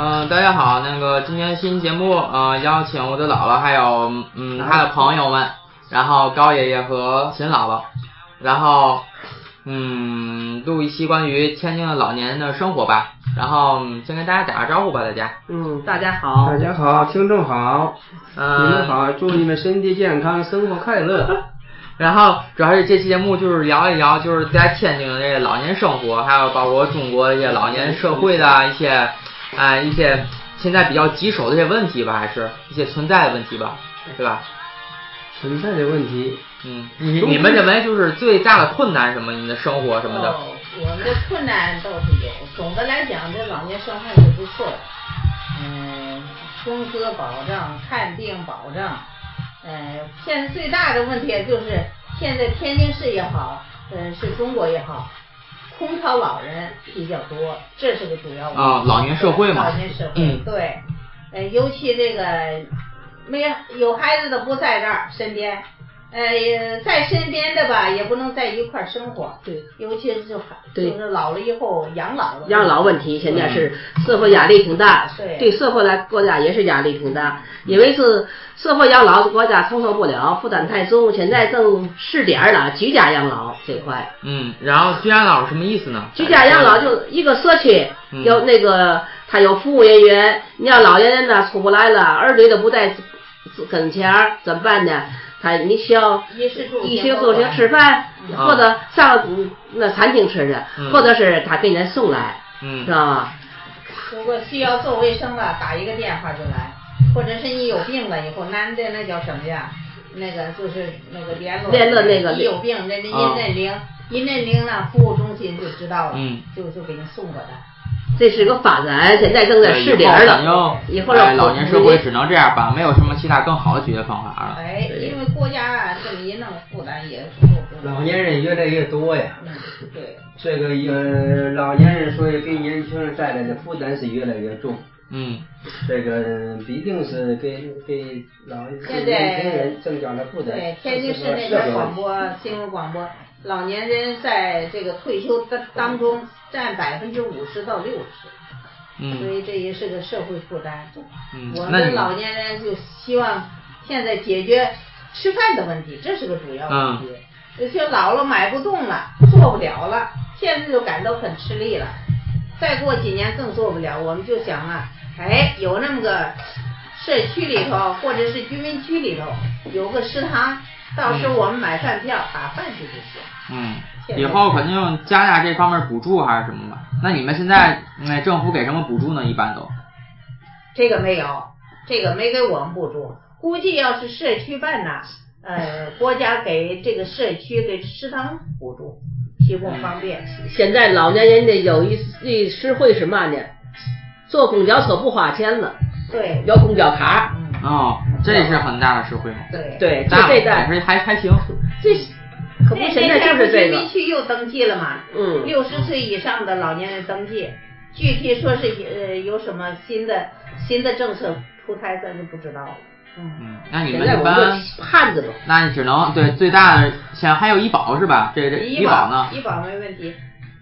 嗯、大家好，那个今天新节目，嗯、邀请我的姥姥还有嗯她的朋友们，然后高爷爷和秦姥姥，然后嗯录一期关于天津的老年人的生活吧，然后嗯先跟大家打个招呼吧，大家，嗯，大家好大，家好，呃听众好，你嗯、们好，祝你们身体健康，生活快 乐。然后主要是这期节目就是聊一聊，就是在天津的这个老年生活，还有包括中国的一些老年社会的一些，啊、一些现在比较棘手的一些问题吧，还是一些存在的问题吧，对吧？存在的问题，嗯，你你们认为就是最大的困难什么？你们的生活什么的？哦，我们的困难倒是有，总的来讲，这老年生活也不错。嗯，工资保障，看病保障。呃，现在最大的问题就是，现在天津市也好，呃，是中国也好，空巢老人比较多，这是个主要问题。啊老年社会嘛老年社会，嗯对。呃，尤其这个没有孩子的不在这儿身边，呃，也在身边的吧，也不能在一块儿生活。对，尤其是就孩对就是老了以后养老了，养老问题现在是嗯社会压力挺大，对对社会来国家也是压力挺大，因为是社会养老国家承受不了，负担太重，现在正试点儿了居家养老这块，嗯，然后居家养老是什么意思呢？居家养老就一个社区嗯有那个，他有服务人员，你要老年人呢出不来了，儿女都不在跟前儿，怎么办呢？他你需要衣食住行衣食住行吃饭，嗯或者上嗯那餐厅吃去，嗯或者是他给人送来，嗯是吧？如果需要做卫生了，打一个电话就来，或者是你有病了以后，男的那叫什么呀？那个就是那个联络联络那个哦一有病那那啊一认领，一认领呢，服务中心就知道了，嗯就就给你送过来。这是个发展，现在正在对试点儿哎以了后。以后反正哎要老年社会只能这样吧，没有什么其他更好的解决方法了。啊哎，对因为国家啊这么一弄，负担也是够多的老年人越来越多呀，嗯，对，这个呃，老年人所以给年轻人带来的负担是越来越重，嗯这个必定是给给老给现在年轻人增加了负担对，。这天津是市个那社会边广问题播新闻广播，老年人在这个退休当当中占百分之五十到六十，所嗯以这也是个社会负担。嗯我，那你们老年人就希望现在解决吃饭的问题，这是个主要问题。嗯有些老了买不动了，做不了了，现在就感到很吃力了。再过几年更做不了，我们就想啊，哎，有那么个社区里头或者是居民区里头有个食堂，到时候我们买饭票打饭去就行。嗯，现在以后肯定加大这方面补助还是什么吧？那你们现在那政府给什么补助呢？一般都这个没有，这个没给我们补助。估计要是社区办呐， 呃，国家给这个社区给食堂补助，提供方便。现在老年人的有一一实惠是嘛呢？坐公交车不花钱了，对，有公交卡。嗯，哦，这是很大的社会嘛。对。对，就大这嘛代还，是还还行。这可不那现在那天就是这不个居民。区又登记了嘛？嗯六十岁以上的老年人登记，具体说是呃有什么新的新的政策出台，咱就不知道了。嗯，嗯，那你现们在我一们般，就盼着吧。那你只能对最大的，像还有医保是吧？这嗯这医保呢？医保没问题。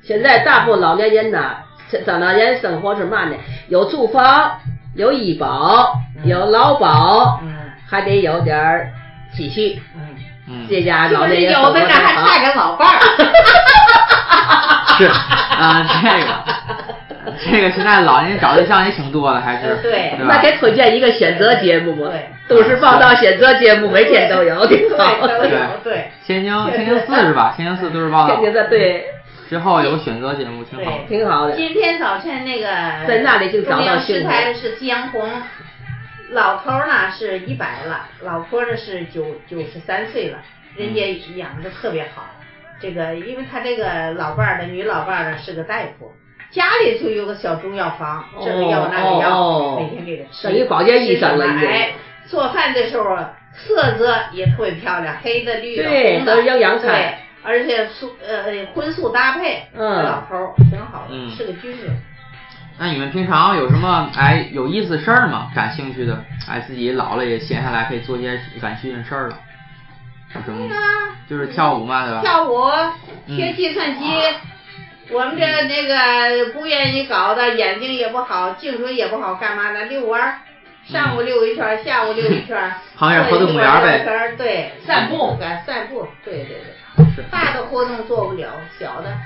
现在大部分老年人呐，这咱老年人生活是嘛呢？有住房，有医保，有劳保，嗯还得有点儿积蓄。嗯，嗯，这家就老是年人有的呢还差着。点老伴儿。是啊，这个这个现在老年人找对象也挺多的，还是呃对那吧？给推荐一个选择节目吧，对都市报道选择节目每天都有，挺好。对都有对天津天津四是吧？天津四都市报 道天津的对，之后有个选择节目，挺好。对挺好的。今天早晨那个在那里就找中到央幸食福台的是夕阳红，老头儿呢是一百了，老婆呢是九九十三岁了，人家养的特别好。这个因为他这个老伴儿的女老伴儿呢是个大夫，家里就有个小中药房，这个药那个药，哦哦哦每天给他吃。等于保健医生了吃什么已经哎，做饭的时候啊色泽也特别漂亮，黑的、绿的、对红的，都是营养餐对而且素呃荤素搭配，嗯老头儿挺好嗯的，是个军人。那你们平常有什么哎有意思的事儿吗？感兴趣的，哎，自己老了也闲下来可以做些感兴趣的事儿了。啊有什么？就是跳舞嘛，对吧？跳舞、嗯，学计算机、我们这那个不愿意搞的，眼睛也不好，颈椎也不好，干嘛呢？遛弯儿，上午遛一圈儿，下午遛一圈儿 好像是活动公园儿呗嗯遛一圈儿对，散步，敢散步，对对是对。大的活动做不了，小的，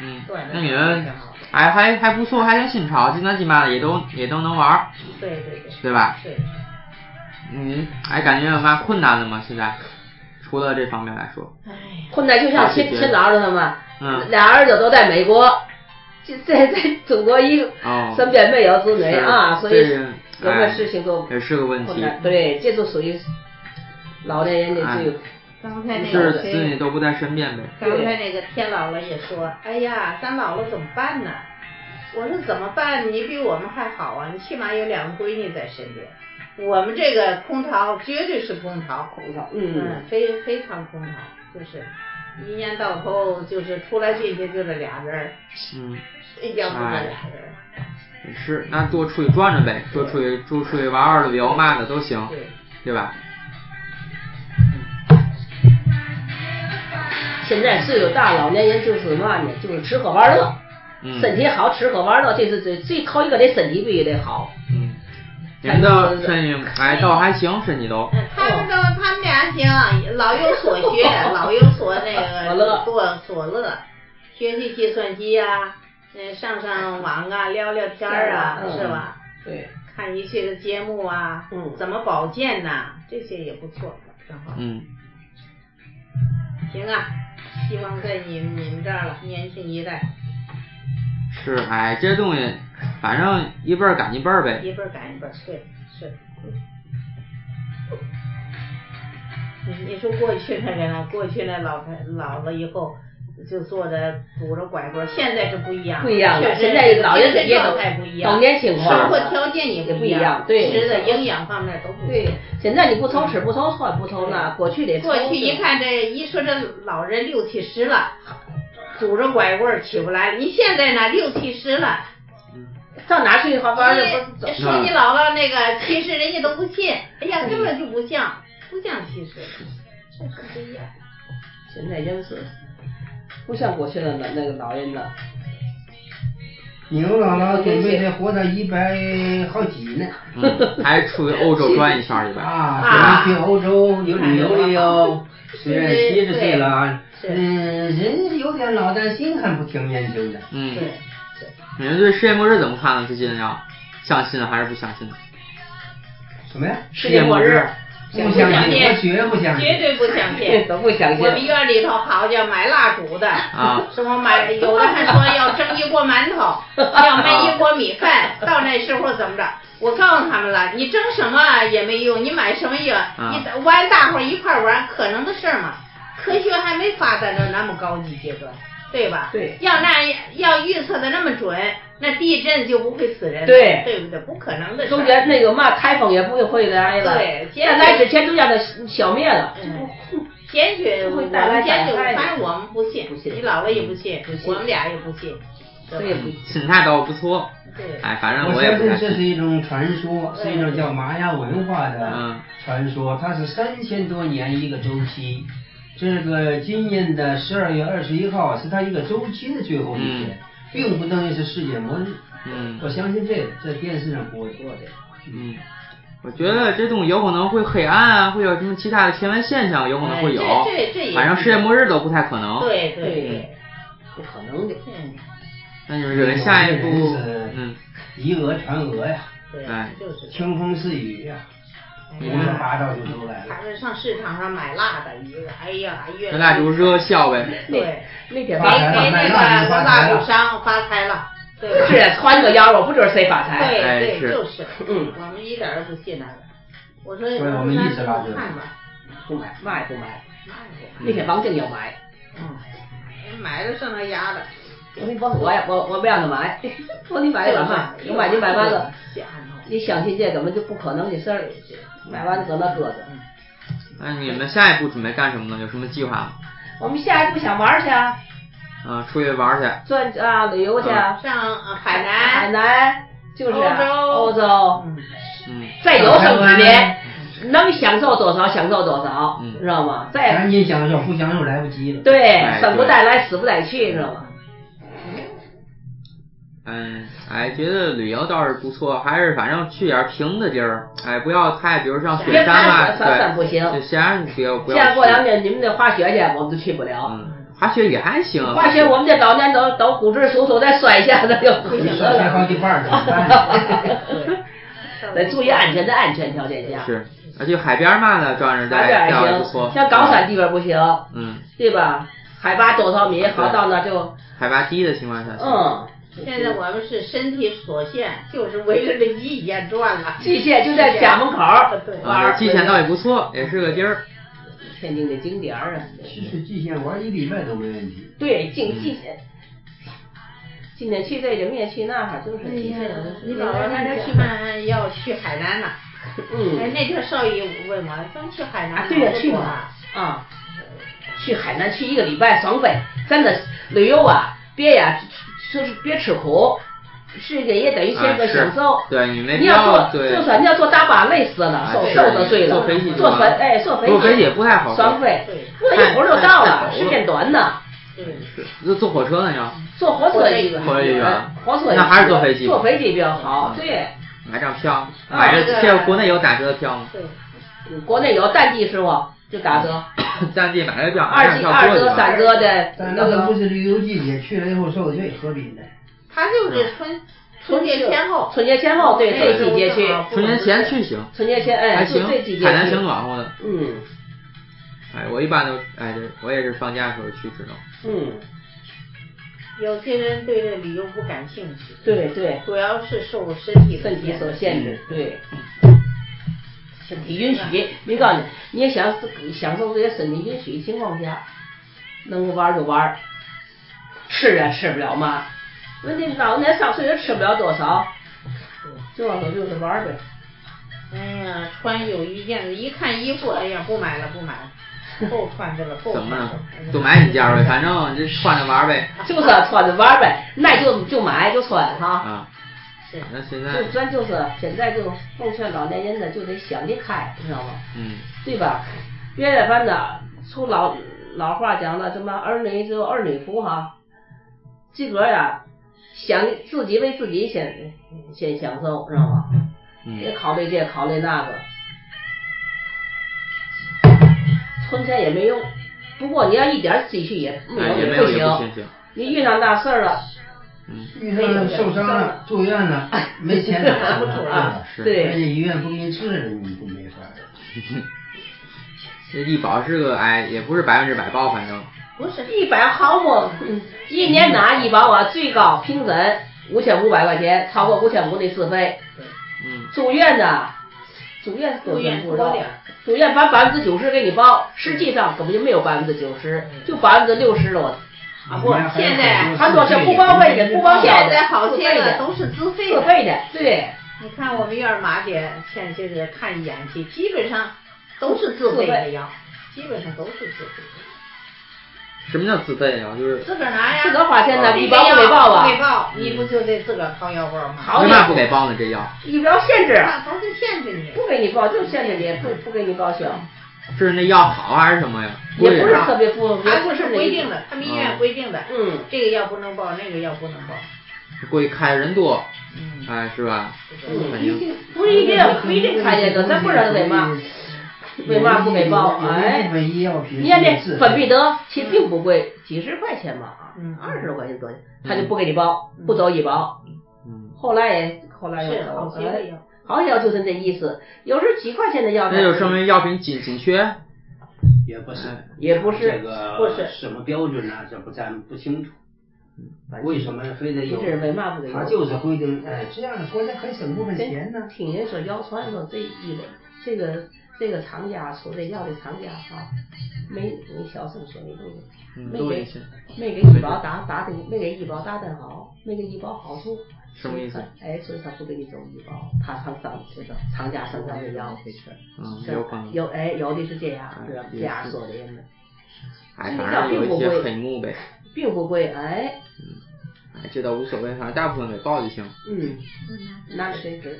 嗯短，的那你挺好们还还还不错，还挺新潮，今南今八的也都也都能玩儿，对对对，嗯对吧？对。嗯，哎，感觉有嘛困难的吗？现在除了这方面来说，哎呀，困难就像亲对亲老师他们，啊嗯，俩儿子都在美国，这在在中国一个哦身边没有子女是啊，所这以是有哎个事情都也是个问困题，难。对，这就属于老年人的自由。哎刚才那是个子女谁，都不在身边呗。刚才那个天姥姥也说，哎呀，咱老了怎么办呢？我说怎么办？你比我们还好啊，你起码有两个闺女在身边。我们这个空巢绝对是空巢，空巢嗯，非非常空巢，就是一年到头就是出来进去就这俩人儿，嗯，睡觉就这俩人儿。也是，那多出去转转呗，多出去多出去玩玩旅游嘛的都行，对，对吧？现在岁数大，老年人就是嘛呢，就是吃喝玩乐，嗯身体好，吃喝玩乐，这是最最头一个得身体必须得好。嗯，你们的身体哎倒还行，身体都他们都他们俩行，老有所学，老有所那个所乐所所乐，学习计算机啊，嗯，上上网啊，聊聊天儿啊，嗯是吧？对，看一些个节目啊，嗯怎么保健呐、这些也不错，挺好。嗯。行啊，希望在你们你们这儿了，年轻一代是，哎，这东西，反正一辈儿赶一辈儿呗。一辈儿赶一辈儿，对，是。你你说过去那人啊，过去那老太老了以后就坐着拄着拐棍儿，现在是不一样，不一样了。确实现在老人精神也状都态不一都样，年轻化生活了。条件也也不一一样对吃的营养方面都不一对样。，现在你不愁吃，不愁穿，不愁那，过去得过愁去一吃看这一说这老人六七十了，拄着拐棍儿起不来。你现在呢，六七十了，上哪儿去玩玩去？不你说你姥姥那个其实人家都不信，哎呀，根本就不像，不像其实，这是不一样。现在真是不像过去的那那个老人了。牛姥姥准备得活到一百好几呢。嗯，还出去欧洲转一圈儿去吧。啊，准备去欧洲有旅游旅游。虽然七十岁了啊，是嗯，人有点脑袋心还不挺年轻的。嗯，对，你们对世界末日怎么看呢？最近要相信还是不相信呢？什么呀？世界末日，不相信，我绝不相绝信。对不相信。都不相信我。们院里头好家伙买蜡烛的，啊什么 买有的还说要蒸一锅馒头，要焖一锅米饭，到那时候怎么着？我告诉他们了，你蒸什么也没用，你买什么也，啊你玩大伙儿一块儿玩，可能的事儿嘛。科学还没发展到那么高级阶段，对吧？对要那要预测的那么准，那地震就不会死人了，对对不对？不可能的事儿。中间那个嘛台风也不会来了，对在来之前都让它消灭了。检举我会们带来检举，百害的反正我们不信，不信你姥姥也不信，不信我们俩也不信，这也不心态倒不错，对，哎，反正我也相不太信这是信。一种传说，是一种叫玛雅文化的嗯传说，它是三千多年一个周期。这个今年的十二月二十一号是它一个周期的最后一天，并不等于是世界末日。嗯我相信这个，在电视上播的。嗯，我觉得这东西有可能会黑暗啊，会有什么其他的天文现象，有可能会有哎这这这也。反正世界末日都不太可能。对对对对，不可能的。嗯，那你们觉得下一步有的人，是嗯，以讹传讹呀，对哎，就是哎这样。听风似雨呀，嗯胡说八道就都来了。他们上市场上买蜡的，一个哎呀，越那蜡烛热笑呗。对，那给给天发财了那卖蜡烛个发财蜡了烛商发财了，对吧？是啊穿个腰包，不知道谁发财。对哎对，是就是，嗯我们一点儿都不信那个。我说，所以我们一直拉咱锯看吧，不买，嘛也不买。卖不那天王静要买，嗯，买了剩他丫的。我说我我也我我不让他 买，我说你买了干嘛？我买就买完了，哎吓我你相信这根本就不可能的事儿，买完了搁那搁着。那你们下一步准备干什么呢？有什么计划吗？我们下一步想玩儿去啊，嗯，出去玩儿去。转啊旅游去啊，上呃海海南，南就是啊欧欧洲洲，嗯嗯，再有生之年，能享受多少享受多少，嗯知道吗？再赶紧享受，不享受来不及了。对哎，生不对带来，死不带去，知道吗？嗯，哎，觉得旅游倒是不错，还是反正去点平的地儿，哎，不要太，比如上雪别山看啊，我散散对，不行，雪山你不要不现在要过两去。年你们得滑雪去，我们都去不了。嗯，滑雪也还行。滑雪我们这老年都都骨质疏松，再摔一下子就不你 行摔了。好几瓣儿怎么办？ 得注意安全，在安全条件下。是，而且海边嘛的，照样海边在钓也还不错。行，像高山地方不行，嗯，对吧？海拔多少米？好对到那就海拔低的情况下，，嗯，现在我们是身体所限，就是围着这一眼转了。蓟县就在家门口儿对玩儿啊，蓟县倒也不错，也是个地儿。天津的景点儿啊。去去蓟县玩一礼拜都没问题。对，进蓟县，今天去这个，明天去那哈，就是哎蓟呀县。你姥姥那天去办要去海南呐，哎嗯，那天少爷问我，咱们去海南啊吗？对呀，去嘛吧。啊，去海南去一个礼拜爽飞，真的旅游啊，别呀，就是别吃苦，是的也等于啊是个是享受。对你没必你要要坐，对就说你要坐大巴累死了，啊受是受着睡了。坐飞机就坐完飞了哎，坐飞坐飞机也不太好爽飞对，那一会儿就到了，哎时间短呢。对，是那坐火车呢要，坐火车也火车也远火车也那还是坐飞机吧嗯坐飞机比较好。对，买张票，啊买那着个现在国内有打折的票吗？ 对，国内有淡季时候就打折，当地买了票，买二张季票二过去折吧。三折的但那那个个不是旅游季节，去了以后受罪，何必呢？他就是春春节前后，啊春节前后对那个这季节去时候，春节前去行，春节前哎还就行这季，节海南挺去。暖和的。嗯哎，我一般都哎，对我也是放假的时候去只能。嗯，有些人对这旅游不感兴趣，对对，主要是受身体的身体所限制，嗯对。身体允许，你告诉你，你也享受享受这些身体允许的情况下，能够玩儿就玩儿，吃也吃不了嘛。问题老年上岁数吃不了多少，就往头就是玩儿呗。哎呀，穿有一件子，一看衣服，哎呀，不买了，不买 了，够穿的了，够怎么穿的哦了了。哎呀？就买你家呗，反正就穿着玩呗。就是穿着玩儿呗，那就就买就穿哈。啊，是那现在就咱就是现在就奉劝老年人呢，就得想得开，知道吗？嗯，对吧？别的反正从老老话讲了，什么儿女只有儿女福哈，自个儿呀想自己为自己先先享受，知道吗？别嗯考虑这考虑那个，存钱也没用。不过你要一点积蓄也没哎有也没不有也不行行，行。你遇上大事儿了，嗯，遇上了受伤哎了，住院了，没钱拿不出来了，啊是人家对医院不给你治了，你就没法儿了。这医保是个哎，也不是百分之百报，反正不是一百毫嘛，一年拿医保啊，最高平准五千五百块钱，超过五千五得自费。嗯住院呢，住院多少钱不知道住院多点儿，住院把百分之九十给你报，实际上根本就没有百分之九十，就百分之六十了。啊不，现在他说是不包费嗯的，不包现药的，在好些自费个的都是自费自的。费的，对，你看我们院儿马姐前些日看演戏，基本上都是自费的药，基本上都是自费的，什么叫自费啊？就是自个儿拿呀，自个儿花钱呢你医保不给报啊不给报，你嗯不就得自个儿掏腰包吗？好为点嘛不给报呢？这药医疗限制，那他就限制你。不给你报，就限制你不不给你报销，这是那药好还是什么呀？也贵不是啊特别不，也还不不是是那规一定的，他们医院规定的，嗯这个药不能报，那个药不能报，贵，看人多，嗯，哎，是吧？嗯反正不一定不一定看见的，咱不知道为嘛为嘛不给报？哎，有一部分医药品你看是这粉必得，其实并不贵，几十块钱嘛，嗯二十块钱左右，他就不给你报，不走医保。嗯，后来也后来又是走好了，些个药哎，好像就是这意思。有时候几块钱的药，那就说明药品紧紧缺。也不是，嗯也不是嗯这个不是什么标准啊？这不咱不清楚，为什么非得有不？是为嘛不给他用就是规嗯定，哎，这样的国家可以省部分钱呢。听人说谣传说这一个这个这个厂家出这药的厂家哈，没你小声说你嗯都都没一给些没给医保打打的没给医保打的好，没给医保好处。什么意思？哎，所以他不给你走医保，他上上这个厂家上上的药给吃。嗯，是有可能。有哎，有的是这样，是吧也这是样说的人呢，哎，反正有一些黑幕呗。并不贵，哎，哎，这倒无所谓，反正大部分给报就行。嗯，拿谁值，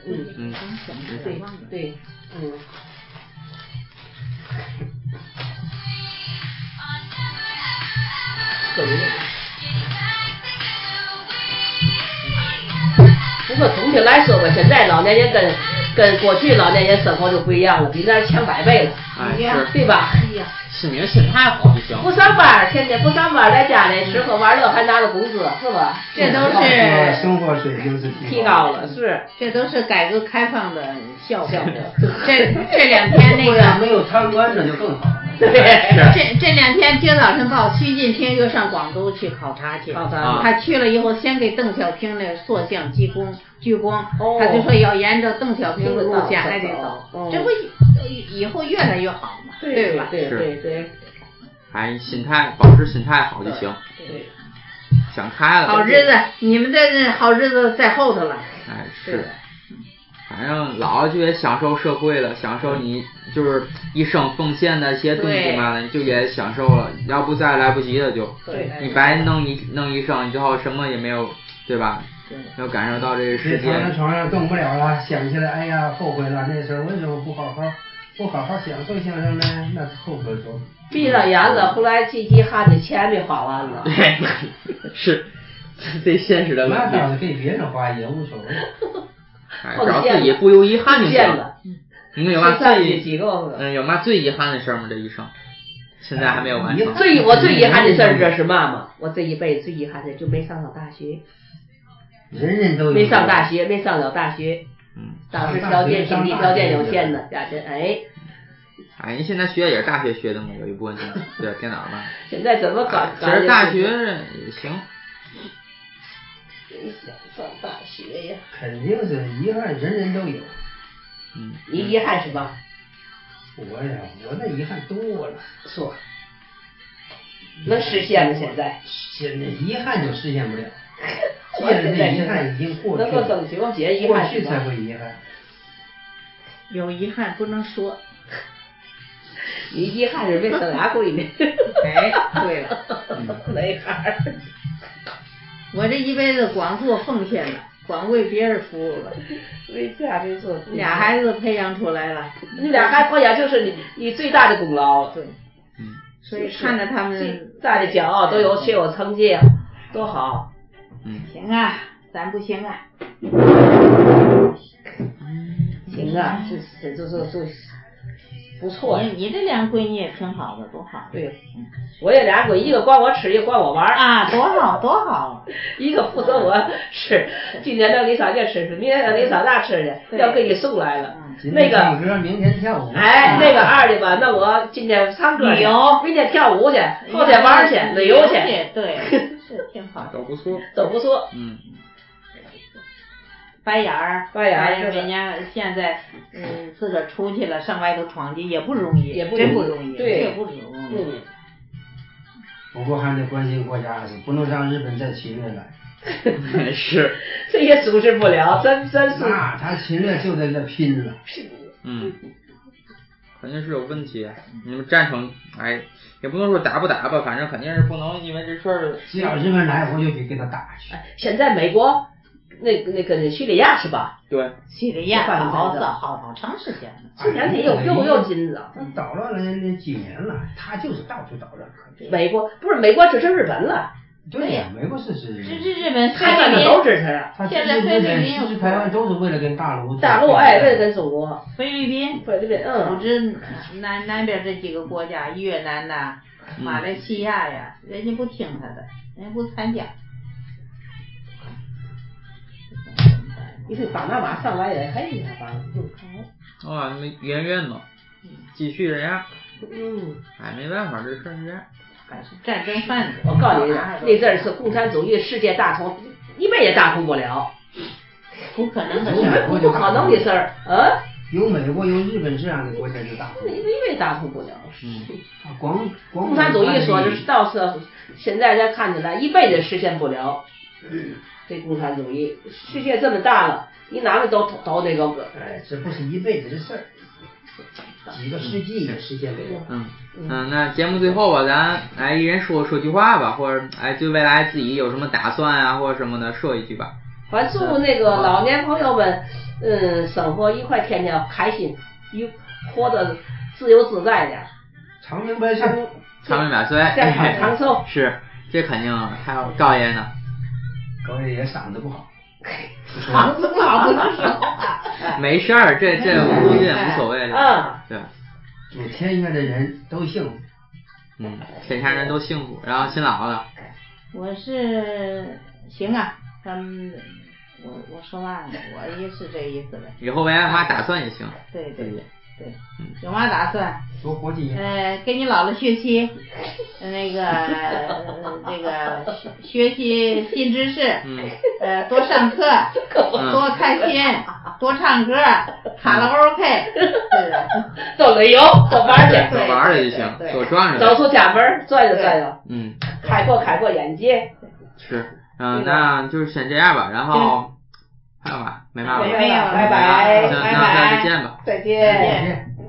嗯，嗯，对对，嗯。可以，说总体来说吧，现在老年人跟跟过去老年人生活就不一样了，比那儿强百倍了，哎是对吧？哎呀，是你的心态好就行。不上班儿，天天不上班儿，在家里吃喝玩乐，还拿着工资，是吧？这都哎生活生活是水平是提高了，是。这都是改革开放的效果效果。 这这两天那不个然 没有贪官那就更好了。对， 这这两天《京早晨报》，曲靖天又上广州去考察去，考察啊他去了以后，先给邓小平那塑像鞠躬鞠躬，哦他就说要沿着邓小平的路线还得走，哦这不以以后越来越好嘛，对吧？对是对对哎，心态保持心态好就行，对，想开了。好日子，你们的这好日子在后 头了。哎，是，反正老了就也享受社会了，享受你就是一生奉献的一些东西嘛，你就也享受了。要不再来不及了就，对你白弄一弄一生，你最后什么也没有，对吧？对没有感受到这个世是界躺。在床上动不了了，想起来，哎呀，后悔了，那时候为什么不好好不好好享受享受呢？那是后悔多。闭上眼了，后来这遗憾的钱没花完 呢。对，是最现实的问那倒是题。给别人花也无 所谓。哎，只要自己不忧遗憾就见行。了，你有嘛上最去几个。嗯有嘛最遗憾的事儿吗？这一生，现在还没有完成。最我最遗憾的事儿，这是嘛嘛？我这一辈子最遗憾的就没上上大学，人人都有没上大学，没上了大学。嗯，当时条件经济条件有限的，家庭哎，哎，您现在学的也是大学学的吗？有一部分是对电脑 吧。现在怎么搞？其实啊大学也行，上大学呀？肯定是遗憾，人人都有。嗯，你遗憾什么？我呀，我那遗憾多了，说，能实现吗？现在现在遗憾就实现 不了。既然这遗憾已经过去能够争取了，吗？解遗过憾去什才么？会遗憾。有遗憾不能说，你遗憾是没生俩闺女。哎对了 没孩儿。我这一辈子光做奉献了，光为别人服务了，为家里做俩孩子培养出来了，你俩孩子好像就是你你最大的功劳了。嗯对，嗯，所以看着他最们大的骄傲都有学有成绩，多好。嗯，行啊，咱不行啊，行啊，这这这这这不错呀。你你这两闺女也挺好的，多好对，我这俩闺一个管我吃，一个管我玩儿，啊，多好多好，一个负责我吃，今天让李嫂这吃去，明天让李嫂那吃去，对要给你送来了。今那天个唱歌，明天跳舞。啊哎，那个二的吧，那我今天唱歌旅去游，明天跳舞去，后天玩儿去，旅游去，对，是挺好的。 都不错，都不错。嗯，白眼儿，白眼儿是的人家现在嗯自个儿出去了，上外头闯去也不容易，也不真不容易容易，对这不容易。嗯，不过还得关心国家安全，不能让日本再侵略来。嗯 是， 这也阻止不了，真真是。那他侵略就在那拼了。嗯，肯定是有问题。你们赞成？哎，也不能说打不打吧，反正肯定是不能因为这事儿。只要日本来，我就得给他打去。现在美国那那个叙利亚是吧？对，叙利亚这办法好的早好好长时间了，啊这两天又又又紧了。他捣乱了那几年了，他就是到处捣乱。美国不是美国支持日本了，对呀、美国是是这这日本台湾的都支持。他现在菲律宾支持台湾都是为了跟大陆大陆哎，为了跟中国、菲律宾，菲律宾，组嗯，织南南边这几个国家，越南呐、马来西亚呀，人家不听他的，人家不参加。你这巴拿马上来也啊嘿呀，巴拿马，哦，你们圆圆嘛，继续这样。嗯，哎，没办法，这事儿是这样。还是战争贩子。我告诉你，啊那阵儿是共产主义世界大同，一辈也大同不了，不可能的不事儿。不不可能的事儿，啊，有美国有日本这样的国家就大一陆。辈也大同不了。嗯，啊广广共产主义说啊的是大。到是现在咱看起来一辈子实现不了，这共产主义世界这么大了，你哪里都都那个哎，这不是一辈子的事儿，几个世纪也实现不了。嗯嗯，那节目最后吧，咱哎一人说说句话吧，或者哎对未来自己有什么打算啊，或者什么的说一句吧。反正祝那个老年朋友们，嗯，生活愉快，天天开心，愉活得自由自在点儿，长命百岁，长命百岁，健 。康长寿是，这肯定啊，还有赵爷呢。高爷爷嗓子不好，长不长不能说话。没事儿，这嗯这我估计也无所哎谓的。嗯对，就天下的人都幸福。嗯，天下人都幸福。然后新姥姥呢， 我是行啊，咱们我我说完了，我也是这意思呗。以后为爱妈打算也行。对对对对嗯，有嘛打算？多活几哎年。呃，跟你姥姥学习，呃那个呃这个学学习新知识，嗯呃，多上课，多开心，多唱歌，卡拉 OK，对的，到旅游，到玩儿走去，玩儿了就行，对走转走转。出家门儿，转悠转悠，嗯，开阔开阔眼界。是，嗯，那就是先这样吧。然后还有吧，没办法了。没有了，拜拜那拜那再拜，见吧。再见。哎再见